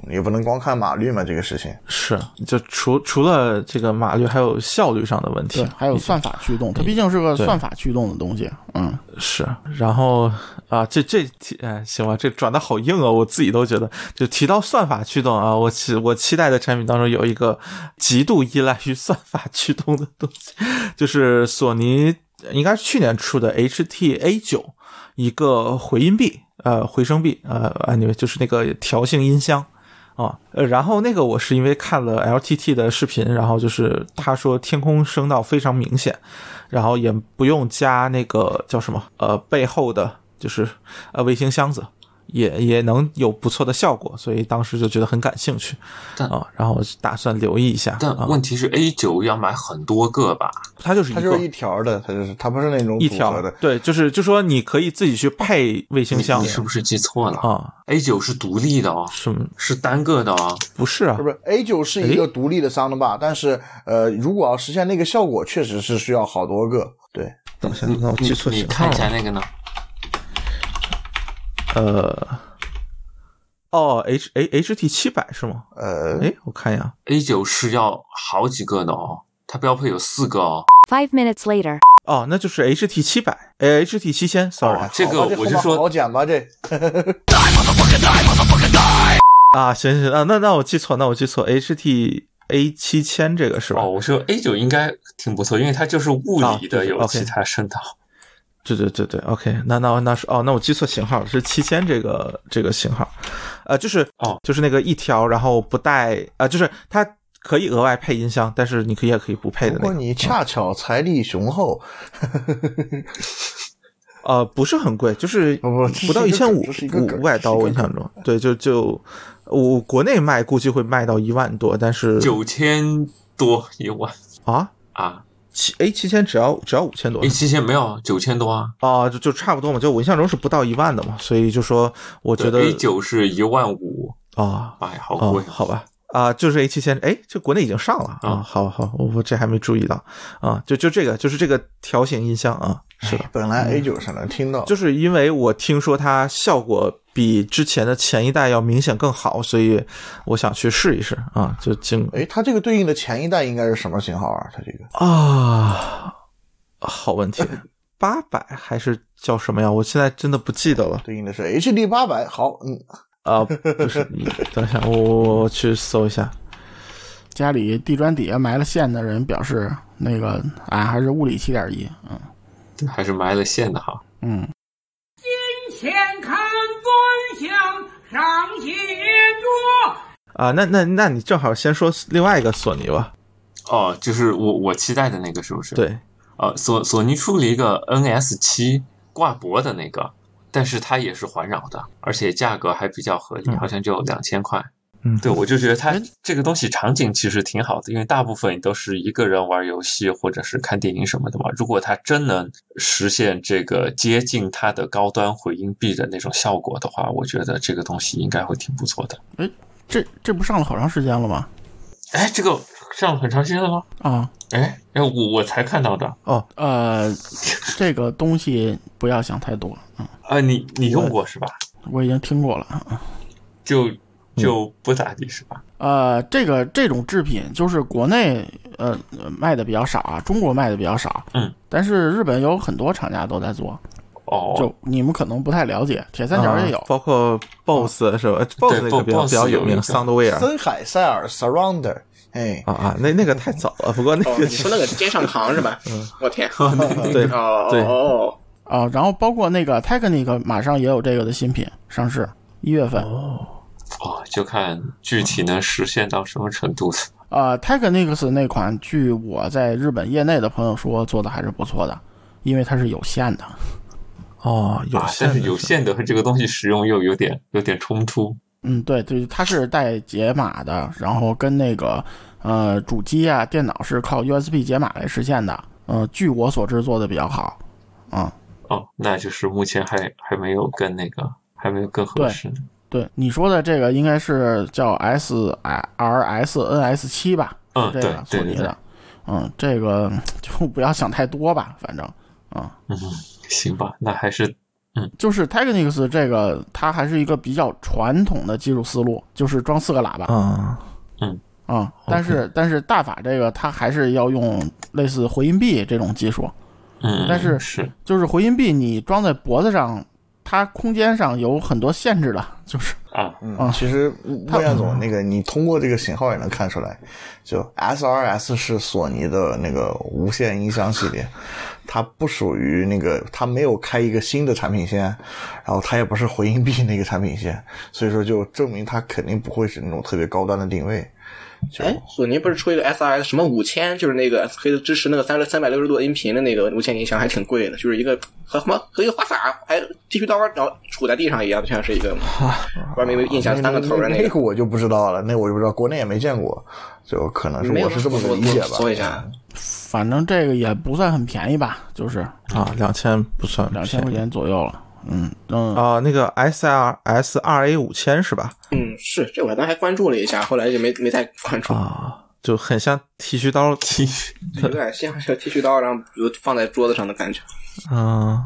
Speaker 4: 也不能光看码率嘛，这个事情。
Speaker 1: 是，就除除了这个码率，还有效率上的问题
Speaker 2: 对，， 还有算法驱动，它毕竟是个
Speaker 1: 对
Speaker 2: 算法驱动的东西。嗯，
Speaker 1: 是。然后啊，这这提，哎，行吧，这转的好硬啊，我自己都觉得。就提到算法驱动啊，我期我期待的产品当中有一个极度依赖于算法驱动的东西，就是索尼应该是去年出的 HTA 九，一个回音壁，呃，回声壁，呃，anyway，就是那个调性音箱。啊，呃，然后那个我是因为看了 LTT 的视频，然后就是他说天空声道非常明显，然后也不用加那个叫什么呃背后的就是呃卫星箱子，也也能有不错的效果，所以当时就觉得很感兴趣
Speaker 5: 但
Speaker 1: 啊，然后打算留意一下。
Speaker 5: 但
Speaker 1: 啊，
Speaker 5: 问题是 A 九要买很多个吧？
Speaker 1: 它就是一
Speaker 4: 它
Speaker 1: 个
Speaker 4: 就是一条的，它就是它不是那种
Speaker 1: 一
Speaker 4: 组合
Speaker 1: 条
Speaker 4: 的，
Speaker 1: 对，就是就说你可以自己去配卫星
Speaker 5: 你
Speaker 1: 箱
Speaker 5: 你是不是记错了
Speaker 1: 啊，
Speaker 5: ？A 九是独立的哦，
Speaker 1: 什么
Speaker 5: 是单个的哦。
Speaker 1: 不是啊
Speaker 4: 是？不是？A 九是一个独立的 soundbar，但是呃，如果要实现那个效果，确实是需要好多个。对，
Speaker 1: 等一下
Speaker 5: 你
Speaker 1: 那我记
Speaker 5: 你
Speaker 1: 错
Speaker 5: 你
Speaker 1: 型
Speaker 5: 看
Speaker 1: 号
Speaker 5: 一下
Speaker 1: 了。
Speaker 5: 那个呢？
Speaker 1: 呃，哦，H A H T 七百是吗？
Speaker 4: 呃，
Speaker 1: 哎，我看一眼。
Speaker 5: A 九是要好几个的哦，它标配有四个哦。
Speaker 8: Five minutes later.
Speaker 1: 哦，那就是 H T 七百，哎，H T 七千，sorry
Speaker 5: 这个
Speaker 4: 好吧这
Speaker 5: 我
Speaker 4: 后
Speaker 5: 是
Speaker 4: 面
Speaker 5: 说
Speaker 4: 好剪吧，这
Speaker 1: 啊，行行啊，那那我记错，那我记错，H T A 七千这个是吧？
Speaker 5: 哦，我说 A 九应该挺不错，因为它就是物
Speaker 1: 啊
Speaker 5: 理的
Speaker 1: 对
Speaker 5: 有
Speaker 1: OK
Speaker 5: 其他声道。
Speaker 1: 对对对对，OK，那那那是哦，那我记错型号了，是七千这个这个型号，呃，就是
Speaker 5: 哦
Speaker 1: 就是那个一条，然后不带啊、呃就是它可以额外配音箱，但是你可以也可以不配的
Speaker 4: 不
Speaker 1: 那
Speaker 4: 过
Speaker 1: 个，啊
Speaker 4: 你恰巧财力雄厚，
Speaker 1: 呃，不是很贵，就是
Speaker 4: 不不这是
Speaker 1: 不到
Speaker 4: 一
Speaker 1: 一
Speaker 4: 个
Speaker 1: 千五
Speaker 4: 梗这是一个
Speaker 1: 五
Speaker 4: 梗
Speaker 1: 五百刀，
Speaker 4: 这是一个
Speaker 1: 我印象中，对，就就我国内卖估计会卖到一万多，但是
Speaker 5: 九千多一万
Speaker 1: 啊
Speaker 5: 啊
Speaker 1: 七 A 七千只要只要五千多
Speaker 5: ，A 七千没有九千多啊。
Speaker 1: 啊，就就差不多嘛，就我印象中是不到一万的嘛，所以就说我觉得
Speaker 5: A 九是一万五，
Speaker 1: 啊
Speaker 5: 哎，好
Speaker 1: 哦
Speaker 5: 贵、，
Speaker 1: 好吧。啊，就是 A 七千，哎，这国内已经上了啊！
Speaker 5: 嗯
Speaker 1: 好好，我我这还没注意到啊，就就这个，就是这个条形音箱啊，是的，
Speaker 4: 哎
Speaker 1: 嗯
Speaker 4: 本来 A 九是能听到，
Speaker 1: 就是因为我听说它效果比之前的前一代要明显更好，所以我想去试一试啊，就经
Speaker 4: 哎，它这个对应的前一代应该是什么型号啊？它这个
Speaker 1: 啊，好问题，八百还是叫什么呀？我现在真的不记得了。
Speaker 4: 对应的是 HD 八百，好，嗯，
Speaker 1: 啊，不是，等一下，我我我去搜一下。
Speaker 2: 家里地砖底下埋了线的人表示，那个俺、还是物理七点一。嗯
Speaker 5: 还是埋了线的哈。
Speaker 2: 嗯，
Speaker 7: 前看端详上写着。
Speaker 1: 啊，那那那你正好先说另外一个索尼吧。
Speaker 5: 哦，就是我我期待的那个是不是？，
Speaker 1: 对，
Speaker 5: 呃，索索尼出了一个 NS 七挂脖的那个，但是它也是环绕的，而且价格还比较合理，
Speaker 1: 嗯
Speaker 5: 好像就两千块。
Speaker 1: 嗯，
Speaker 5: 对，我就觉得它
Speaker 2: 哎
Speaker 5: 这个东西场景其实挺好的，因为大部分都是一个人玩游戏或者是看电影什么的嘛。如果它真能实现这个接近它的高端回音壁的那种效果的话，我觉得这个东西应该会挺不错的。
Speaker 2: 这这不上了好长时间了吗？
Speaker 5: 哎，这个上很长时间了吗？
Speaker 2: 啊，
Speaker 5: 哎，哎，我我才看到的。
Speaker 2: 呃，这个东西不要想太多，
Speaker 5: 啊，你你用过是吧？
Speaker 2: 我嗯已经听过了啊。
Speaker 5: 就就不咋地是吧？
Speaker 2: 呃，这个这种制品就是国内呃呃卖的比较少啊，中国卖的比较少，
Speaker 5: 嗯，
Speaker 2: 但是日本有很多厂家都在做，
Speaker 5: 哦，
Speaker 2: 就你们可能不太了解，铁三角也有
Speaker 1: 啊，包括 BOSS 是吧？BOSS 那个比较
Speaker 5: BOSS
Speaker 1: 比较有
Speaker 5: 有一
Speaker 1: 名，
Speaker 5: 个
Speaker 1: 桑德威尔
Speaker 4: 森海塞尔 Surrounder，哎，
Speaker 1: 啊啊，那那个太早了，不过那
Speaker 3: 哦，
Speaker 1: 个
Speaker 3: 你说那个肩上扛是 吧？
Speaker 4: 嗯
Speaker 3: 我天！
Speaker 1: 对
Speaker 3: 哦
Speaker 1: 对
Speaker 3: 哦，
Speaker 2: 啊、然后包括那个 Technic 马上也有这个的新品上市，一月份，
Speaker 5: 哦，就看具
Speaker 2: 嗯
Speaker 5: 体能实现到什么程度了。
Speaker 2: 呃，Technics 那款，据我在日本业内的朋友说，做的还是不错的，因为它是有线的，
Speaker 1: 哦，有
Speaker 5: 啊，
Speaker 1: 限
Speaker 5: 但
Speaker 1: 的
Speaker 5: 是有限的和这个东西使用又有点有点冲突。
Speaker 2: 嗯，对对，它是带解码的，然后跟那个呃主机啊、电脑是靠 USB 解码来实现的。嗯、据我所知做的比较好。嗯，
Speaker 5: 哦，那就是目前还还没有跟那个还没有更合
Speaker 2: 对
Speaker 5: 适。
Speaker 2: 对，你说的这个应该是叫 S R S N S 七吧？
Speaker 5: 嗯
Speaker 2: 是这个
Speaker 5: 对对
Speaker 2: 索尼
Speaker 5: 对对
Speaker 2: 的。嗯，这个 嗯就不要想太多吧，反正
Speaker 5: 嗯，行吧，那还是
Speaker 2: 就是 Technics 这个，它还是一个比较传统的技术思路，就是装四个喇叭。
Speaker 1: 啊，
Speaker 5: 嗯
Speaker 2: 啊、但是但是大法这个它还是要用类似回音壁这种技术，
Speaker 5: 嗯，
Speaker 2: 但是
Speaker 5: 是
Speaker 2: 就是回音壁你装在脖子上，它空间上有很多限制的，就是
Speaker 5: 啊，
Speaker 4: 嗯
Speaker 2: 啊，
Speaker 4: 其实魏亮总那个，你通过这个型号也能看出来，就 SRS 是索尼的那个无线音箱系列，它不属于那个，它没有开一个新的产品线，然后它也不是回音壁那个产品线，所以说就证明它肯定不会是那种特别高端的定位。就
Speaker 3: 哎，索尼不是出一个 SRS 什么五千，就是那个可以支持那个三三百六十度音频的那个无线音箱，还挺贵的，就是一个和什么和一个花洒还剃须刀，然后杵在地上一样，就像是一个外面有印象三个头的
Speaker 4: 那
Speaker 3: 那
Speaker 4: 那
Speaker 3: 个。
Speaker 4: 个我就不知道了，那我就不知道，国内也没见过，就可能是
Speaker 3: 没有
Speaker 4: 我
Speaker 3: 吧
Speaker 4: 是这么个理解吧。
Speaker 3: 我我搜一下，
Speaker 2: 反正这个也不算很便宜吧，就是
Speaker 1: 啊，两千不算
Speaker 2: 两千
Speaker 1: 便
Speaker 2: 块
Speaker 1: 宜
Speaker 2: 钱左右了。嗯嗯、
Speaker 1: 啊，那个 S R S R A 五千是吧？
Speaker 3: 嗯，是这我当时还关注了一下，后来就没没再关 注，
Speaker 1: 啊，就很像剃须刀，
Speaker 3: 有点像是剃须刀，然后就放在桌子上的感觉。
Speaker 1: 嗯，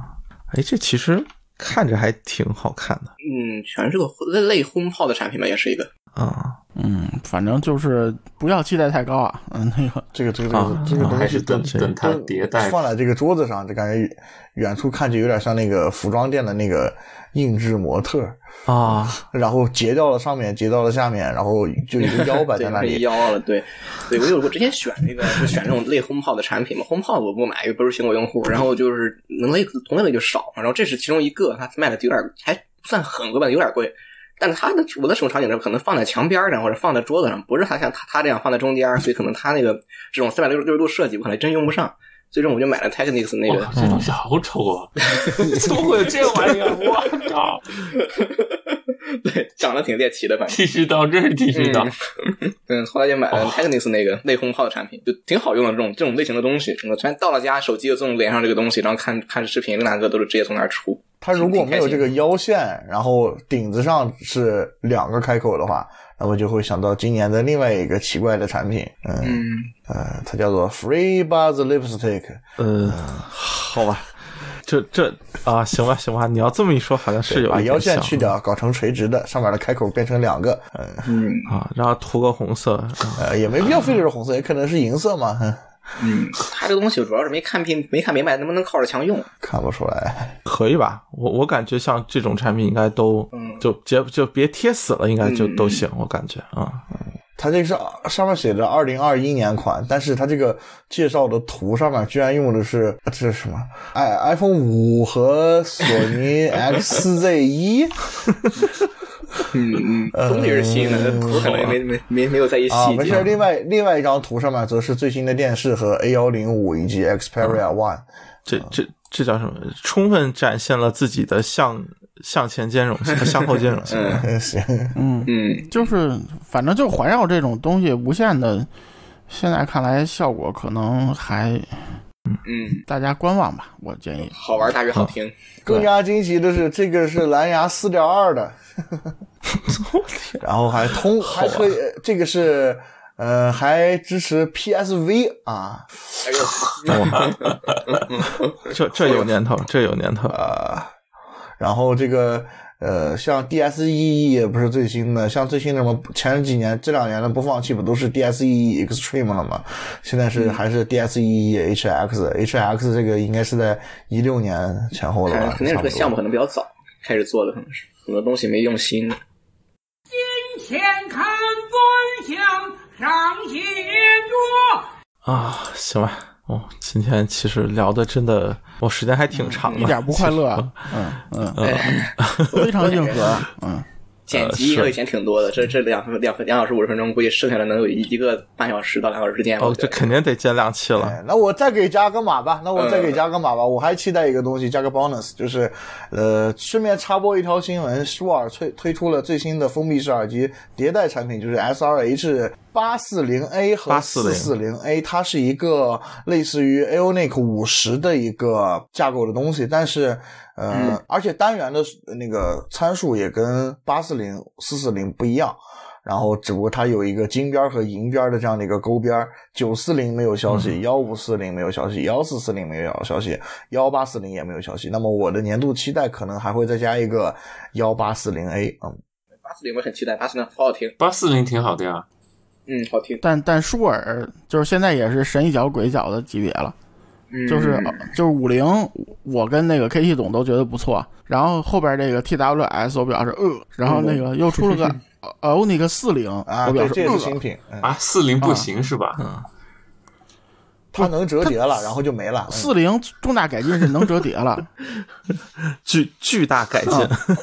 Speaker 1: 哎，这其实看着还挺好看的
Speaker 3: 嗯，全是个类类轰炮的产品吧，也是一个。
Speaker 1: 啊，
Speaker 2: 嗯，反正就是不要期待太高啊。嗯，那个
Speaker 4: 这个这个这个、
Speaker 1: 啊
Speaker 4: 这个东
Speaker 5: 还
Speaker 4: 西
Speaker 5: 是等
Speaker 4: 等
Speaker 5: 等它迭代
Speaker 4: 放在这个桌子上，就感觉远远处看就有点像那个服装店的那个定制模特，
Speaker 1: 啊，
Speaker 4: 然后截掉了上面，截掉了下面，然后就有一个腰摆
Speaker 3: 对，
Speaker 4: 在那
Speaker 3: 是
Speaker 4: 里。
Speaker 3: 腰了，对，对我有我之前选那个就选这种类轰炮的产品嘛，轰炮我不买，又不是苹果用户，然后就是能类同类的就少嘛，然后这是其中一个，它卖的有点还不算很贵吧，有点贵。但是它的我的使用场景是可能放在墙边上或者放在桌子上，不是它像它它这样放在中间，所以可能它那个这种三百六十度设计，我可能真用不上。最终我就买了 Technics 那
Speaker 5: 我
Speaker 3: 个
Speaker 4: 哦
Speaker 5: 靠，这东西好丑啊！怎么会有这玩意儿？我靠，
Speaker 3: 对，长得挺猎奇的，反正。
Speaker 5: 剃须刀，真是剃须刀。
Speaker 3: 嗯，后来就买了
Speaker 5: 哦
Speaker 3: Technics 那个内烘炮的产品，就挺好用的这种这种类型的东西。我全到了家，手机就自动连上这个东西，然后看看视频，哪个都是直接从那儿出。
Speaker 4: 它如果没有这个
Speaker 3: 挺
Speaker 4: 腰线，然后顶子上是两个开口的话，那么就会想到今年的另外一个奇怪的产品，嗯，
Speaker 3: 嗯，
Speaker 4: 呃，它叫做 Free Buzz Lipstick，
Speaker 1: 呃，好吧，这这啊，行吧行吧，你要这么一说，好像是有
Speaker 4: 把
Speaker 1: 一点
Speaker 4: 腰线
Speaker 1: 像
Speaker 4: 去掉，搞成垂直的，上面的开口变成两个，嗯，
Speaker 1: 啊，然后涂个红色，啊
Speaker 4: 呃，也没必要非得是红色，也可能是银色嘛，哼
Speaker 3: 它嗯这个东西我主要是没看明没看明白能不能靠着墙用。
Speaker 4: 看不出来。
Speaker 1: 可以吧？我我感觉像这种产品应该都
Speaker 3: 嗯
Speaker 1: 就别就别贴死了，应该就
Speaker 3: 嗯
Speaker 1: 都行，我感觉啊，
Speaker 4: 它这个是上面写着二零二一年款，但是它这个介绍的图上面居然用的是这是什么？i iPhone 五和索尼 XZ 一
Speaker 3: 嗯嗯，东西是新的，图可能也没没没没有在意
Speaker 4: 啊，
Speaker 3: 细
Speaker 4: 没事。
Speaker 3: 节。
Speaker 4: 另外另
Speaker 2: 啊
Speaker 4: 外一张图上面则是最新的电视和 A 幺零五以及 Xperia One。
Speaker 1: 这这这叫什么？充分展现了自己的向向前兼容性、和向后兼容性。
Speaker 3: 嗯
Speaker 4: 行，
Speaker 2: 嗯，
Speaker 3: 嗯，
Speaker 2: 就是反正就环绕这种东西无限的，现在看来效果可能还
Speaker 3: 嗯，
Speaker 2: 大家观望吧，我建议。
Speaker 3: 好玩大于好听。
Speaker 4: 更加惊奇的是，这个是蓝牙四点二的， 然后还通还可以，这个是呃还支持 PSV 啊，
Speaker 3: 哎呦，
Speaker 1: 这这有年头，这有年头。
Speaker 2: 啊
Speaker 4: 然后这个呃像 DSEE E 也不是最新的，像最新的什么前几年这两年的播放器不都是 DSEE E Extreme 了吗？现在
Speaker 3: 嗯
Speaker 4: 是还是 E DSEE HX，HX 这个应该是在一六年前后了
Speaker 3: 看
Speaker 4: 吧
Speaker 3: 来？哎肯定是这个项目可
Speaker 4: 差不多
Speaker 3: 能比较早开始做的，可能是很多东西没用心的。
Speaker 7: 前看端详上写着。
Speaker 1: 啊，行吧。哦，今天其实聊的真的，我、时间还挺长的，
Speaker 2: 嗯一点不快乐
Speaker 1: 其实
Speaker 2: 啊，嗯嗯，
Speaker 3: 哎，
Speaker 2: 非常硬核，嗯，
Speaker 3: 剪
Speaker 1: 呃
Speaker 3: 辑我以前挺多的，这这两两两小时五十分钟，估计剩下的能有一一个半小时到两小时之间。
Speaker 1: 哦，
Speaker 3: 我
Speaker 1: 这
Speaker 3: 觉得
Speaker 1: 肯定得减两期了。
Speaker 4: 哎，那我再给加个码吧，那我再
Speaker 3: 嗯
Speaker 4: 给加个码吧。我还期待一个东西，加个 bonus，就是，呃，顺便插播一条新闻，舒尔推推出了最新的封闭式耳机迭代产品，就是 SRH 八四零 A 和四四零 A，它是一个类似于 AONIC 五十的一个架构的东西，但是。呃，而且单元的那个参数也跟八四零、四四零不一样，然后只不过它有一个金边儿和银边儿的这样的一个勾边儿。九四零没有消息，幺五四零没有消息，幺四四零没有消息，幺八四零也没有消息。那么我的年度期待可能还会再加一个幺八四零 A，嗯，
Speaker 3: 八四零我很期待，八四零好好听，
Speaker 5: 八四零挺好的呀，
Speaker 3: 嗯，好听，
Speaker 2: 但但舒尔就是现在也是神一脚鬼一脚的级别了，
Speaker 3: 嗯
Speaker 2: 就是就是五零，我跟那个 K T 总都觉得不错，然后后边这个 T W S 我表示呃，然后那个又出了个 呃 o n i q 四零，
Speaker 4: 啊，
Speaker 2: 我表
Speaker 4: 对，
Speaker 2: 示
Speaker 4: 这也是新
Speaker 2: 呃，
Speaker 4: 品，嗯，
Speaker 5: 啊，四零不行是吧？
Speaker 4: 它能折叠了，然后就没了。嗯
Speaker 2: 四零重大改进是能折叠了，
Speaker 1: 巨巨大改进。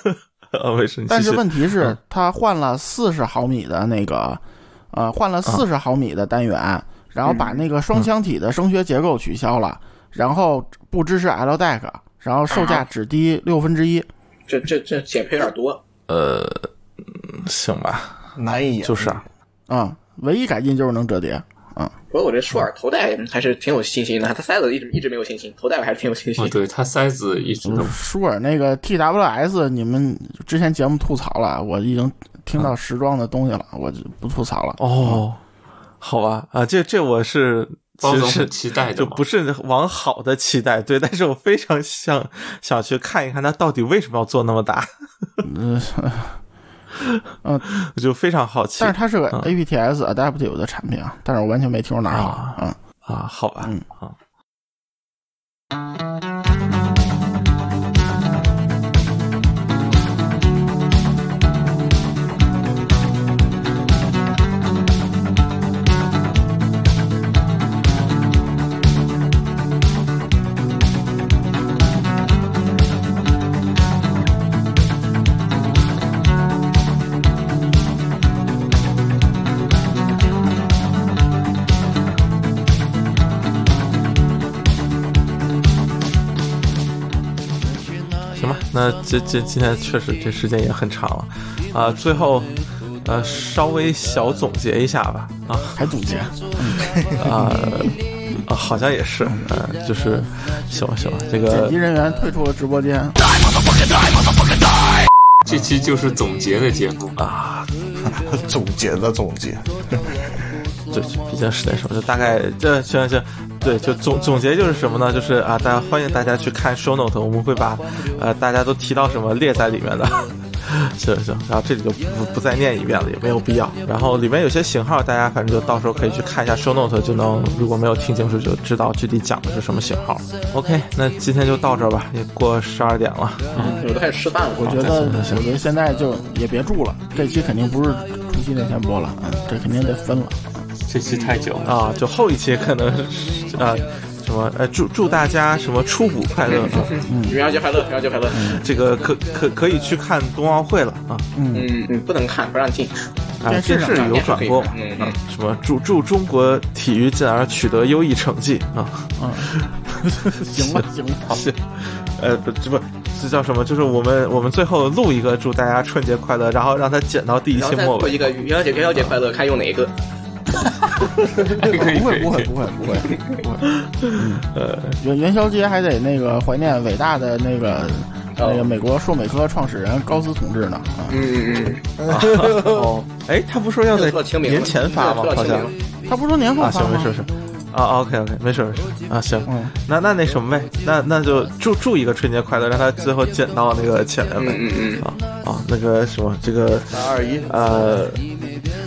Speaker 1: 呃，卫生，
Speaker 2: 嗯但是
Speaker 1: 继续
Speaker 2: 问题是，
Speaker 1: 嗯
Speaker 2: 它换了四十毫米的那个，呃，换
Speaker 1: 啊
Speaker 2: 了四十毫米的单元，然后
Speaker 1: 嗯
Speaker 2: 把那个双腔体的声学结构取消了，然后不支持 L DAC，然后售
Speaker 1: 啊
Speaker 2: 价只低六分之一。
Speaker 3: 这这这减配有点多，
Speaker 1: 行吧，
Speaker 4: 难以言嗯
Speaker 1: 就是啊，
Speaker 2: 啊、唯一改进就是能折叠。
Speaker 3: 不过我这舒尔头戴还是挺有信心的，他塞子一直一直没有信心，头戴我还是挺有信心
Speaker 5: 哦，。对，它塞子一直都
Speaker 2: 舒尔那个 TWS，你们之前节目吐槽了，我已经听到时装的东西了，我就不吐槽了。
Speaker 1: 啊哦，好吧，啊，这这我是
Speaker 5: 包
Speaker 1: 其
Speaker 5: 总
Speaker 1: 实
Speaker 5: 很期待的
Speaker 1: 就
Speaker 5: 嘛
Speaker 1: 不是往好的期待，对，但是我非常想想去看一看它到底为什么要做那么大，
Speaker 2: 嗯， 呃
Speaker 1: 我就非常好奇
Speaker 2: 但是它是个 apts adaptive 的产品啊，但是我完全没听说哪儿好
Speaker 1: 嗯啊。
Speaker 2: 嗯，
Speaker 1: 啊，好吧，
Speaker 2: 嗯
Speaker 1: 啊，行吧，那这这今天确实这时间也很长了，啊，最后呃稍微小总结一下吧，啊。
Speaker 2: 还总结。
Speaker 1: 啊、啊，好像也是，呃，就是，行吧行吧，这
Speaker 2: 剪
Speaker 1: 个
Speaker 2: 辑人员退出了直播间。
Speaker 5: 这期就是总结的节目，
Speaker 4: 总结的总结，
Speaker 1: 对，毕竟实在是，就大概这行行，对，就总总结就是什么呢？就是啊，大家欢迎大家去看 show note，我们会把呃大家都提到什么列在里面的。 行行，然后这里就不不再念一遍了，也没有必要。然后里面有些型号，大家反正就到时候可以去看一下 show note，就能如果没有听清楚就知道具体讲的是什么型号。OK，那今天就到这儿吧，也过十二点了。
Speaker 3: 我都开始吃饭了，
Speaker 2: 我
Speaker 3: 我
Speaker 2: 觉得，我觉得现在就也别住了，这期肯定不是除夕那天播了，嗯，这肯定得分了。
Speaker 5: 这期太久了。
Speaker 1: 啊，就后一期可能是呃什么呃祝祝大家什么初五快乐啊，
Speaker 3: 元宵节快乐，元宵节快乐。
Speaker 1: 这个可可可以去看冬奥会了啊
Speaker 3: 嗯嗯，不能看，不让进。
Speaker 1: 啊
Speaker 2: 电视
Speaker 1: 电
Speaker 2: 上
Speaker 1: 视有
Speaker 3: 嗯电视
Speaker 1: 转
Speaker 3: 可以
Speaker 1: 播嘛
Speaker 3: 看嗯
Speaker 1: 啊什么祝祝中国体育进而取得优异成绩啊，
Speaker 2: 嗯，行吧，行吧，
Speaker 1: 是，呃，不，这不，这叫什么？就是我们我们最后录一个，祝大家春节快乐，然后让他剪到第一
Speaker 3: 然
Speaker 1: 期
Speaker 3: 后再
Speaker 1: 末
Speaker 3: 过一
Speaker 1: 尾。
Speaker 3: 个元宵节，元宵节快乐，看用哪一个。
Speaker 5: 可 以可以
Speaker 2: 不
Speaker 5: 可
Speaker 2: 会，
Speaker 5: 以
Speaker 2: 不
Speaker 5: 可
Speaker 2: 会，
Speaker 5: 以
Speaker 2: 不会，不会，不 会。
Speaker 1: 呃
Speaker 2: 嗯元元宵节还得那个怀念伟大的那个那个美国硕美科创始人高斯同志呢啊！
Speaker 3: 嗯嗯嗯，
Speaker 1: 哦，哎，他不说要在
Speaker 3: 又说到清明了
Speaker 1: 年前发吗
Speaker 3: 又？说到
Speaker 1: 好
Speaker 3: 清
Speaker 1: 像
Speaker 3: 明了
Speaker 2: 他不说年后
Speaker 1: 啊，
Speaker 2: 发
Speaker 1: 行，没
Speaker 2: 吗？
Speaker 1: 事是。啊，OK OK，没事没事啊，行，
Speaker 2: 嗯
Speaker 1: 那那那什么呗，那那就祝祝一个春节快乐，让他最后剪到那个前面呗，
Speaker 3: 嗯嗯
Speaker 1: 啊啊，那个什么，这个
Speaker 4: 三二一，
Speaker 1: 呃，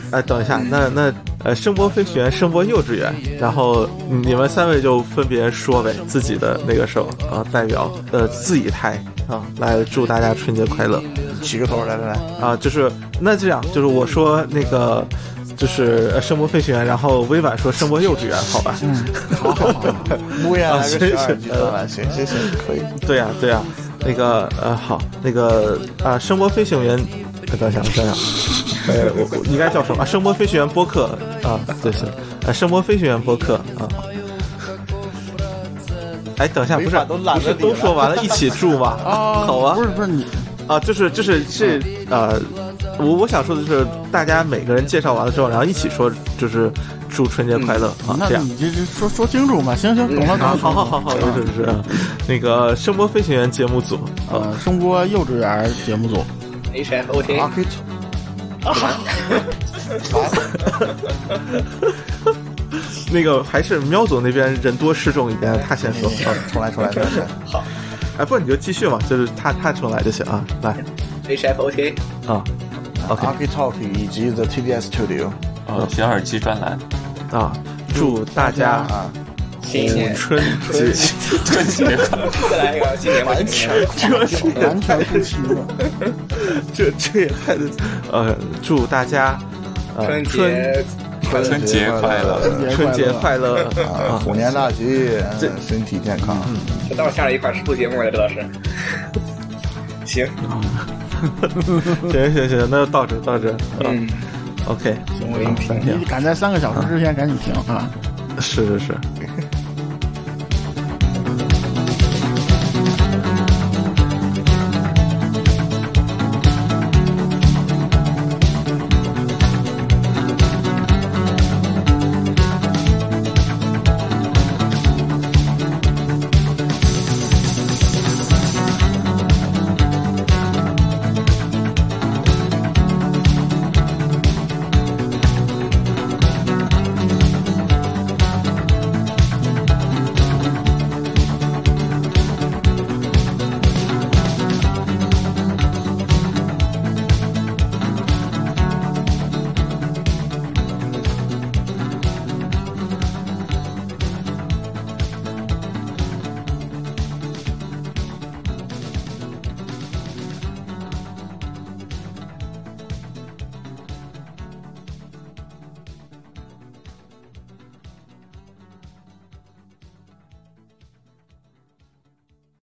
Speaker 1: 哎，等一下，那那呃，声波飞行员、声波幼稚园，然后你们三位就分别说呗，自己的那个时候啊，代表呃自己台啊，来祝大家春节快乐
Speaker 4: 起个头，来来来，
Speaker 1: 啊，就是那这样，就是我说那个。就是呃声波飞行员，然后微婉说声波幼稚园，好吧？
Speaker 4: 乌鸦
Speaker 1: 啊
Speaker 4: 来
Speaker 1: 行
Speaker 4: 个十二
Speaker 1: 行
Speaker 4: 句，算了，行行行，可以。
Speaker 1: 对呀、对呀、那个呃，好，那个啊，声波飞行员，呃等一下，等一下，呃，我我应该叫什么？啊声波飞行员播客啊，对是，啊，声波飞行员播客啊。哎，等一下，不
Speaker 4: 没
Speaker 1: 是
Speaker 4: 法都懒
Speaker 1: 不
Speaker 4: 得
Speaker 1: 是
Speaker 4: 理了
Speaker 1: 都说完了，一起住 吗？
Speaker 2: 啊，
Speaker 1: 好啊
Speaker 2: 不，是不是你，
Speaker 1: 啊，就是就是是呃，我我想说的是，大家每个人介绍完了之后，然后一起说，就是祝春节快乐
Speaker 4: 嗯
Speaker 1: 啊，
Speaker 2: 那
Speaker 1: 这样。
Speaker 2: 你这这说说清楚嘛？行行，懂了，懂了，
Speaker 1: 啊好好好好，没事没事。那个声波飞行员节目组啊，
Speaker 2: 呃，声波幼稚园节目组，
Speaker 3: 嗯，H F O T，
Speaker 4: 啊，可以走。
Speaker 1: 那个还是喵总那边人多势众一点，他先说。啊
Speaker 4: 重来，重来，重来。
Speaker 1: 哎，不，你就继续嘛，就是他他重来就行啊。来
Speaker 3: H F O T，
Speaker 1: 啊 OK
Speaker 4: a r c h i Talk 以及 The TDS Studio
Speaker 5: 呃，小耳机专栏，
Speaker 1: 啊，祝大家
Speaker 4: 啊，
Speaker 3: 新年
Speaker 1: 春节
Speaker 5: 春节快乐
Speaker 3: 再来一个新年吧。
Speaker 2: 完全不齐了。
Speaker 1: 这这也太呃，祝大家呃
Speaker 3: 春节快乐，
Speaker 5: 春节快乐，
Speaker 1: 春节快乐
Speaker 4: 啊，
Speaker 1: 啊！
Speaker 4: 呃虎年大吉，嗯身体健康。
Speaker 3: 这到时候下来一块儿录节目了，这倒是。行，
Speaker 1: 行行行，那就到这到这。嗯
Speaker 3: 嗯。
Speaker 1: OK，啊
Speaker 2: 行，我给你停。你赶在三个小时之前赶紧停啊！
Speaker 1: 是是是，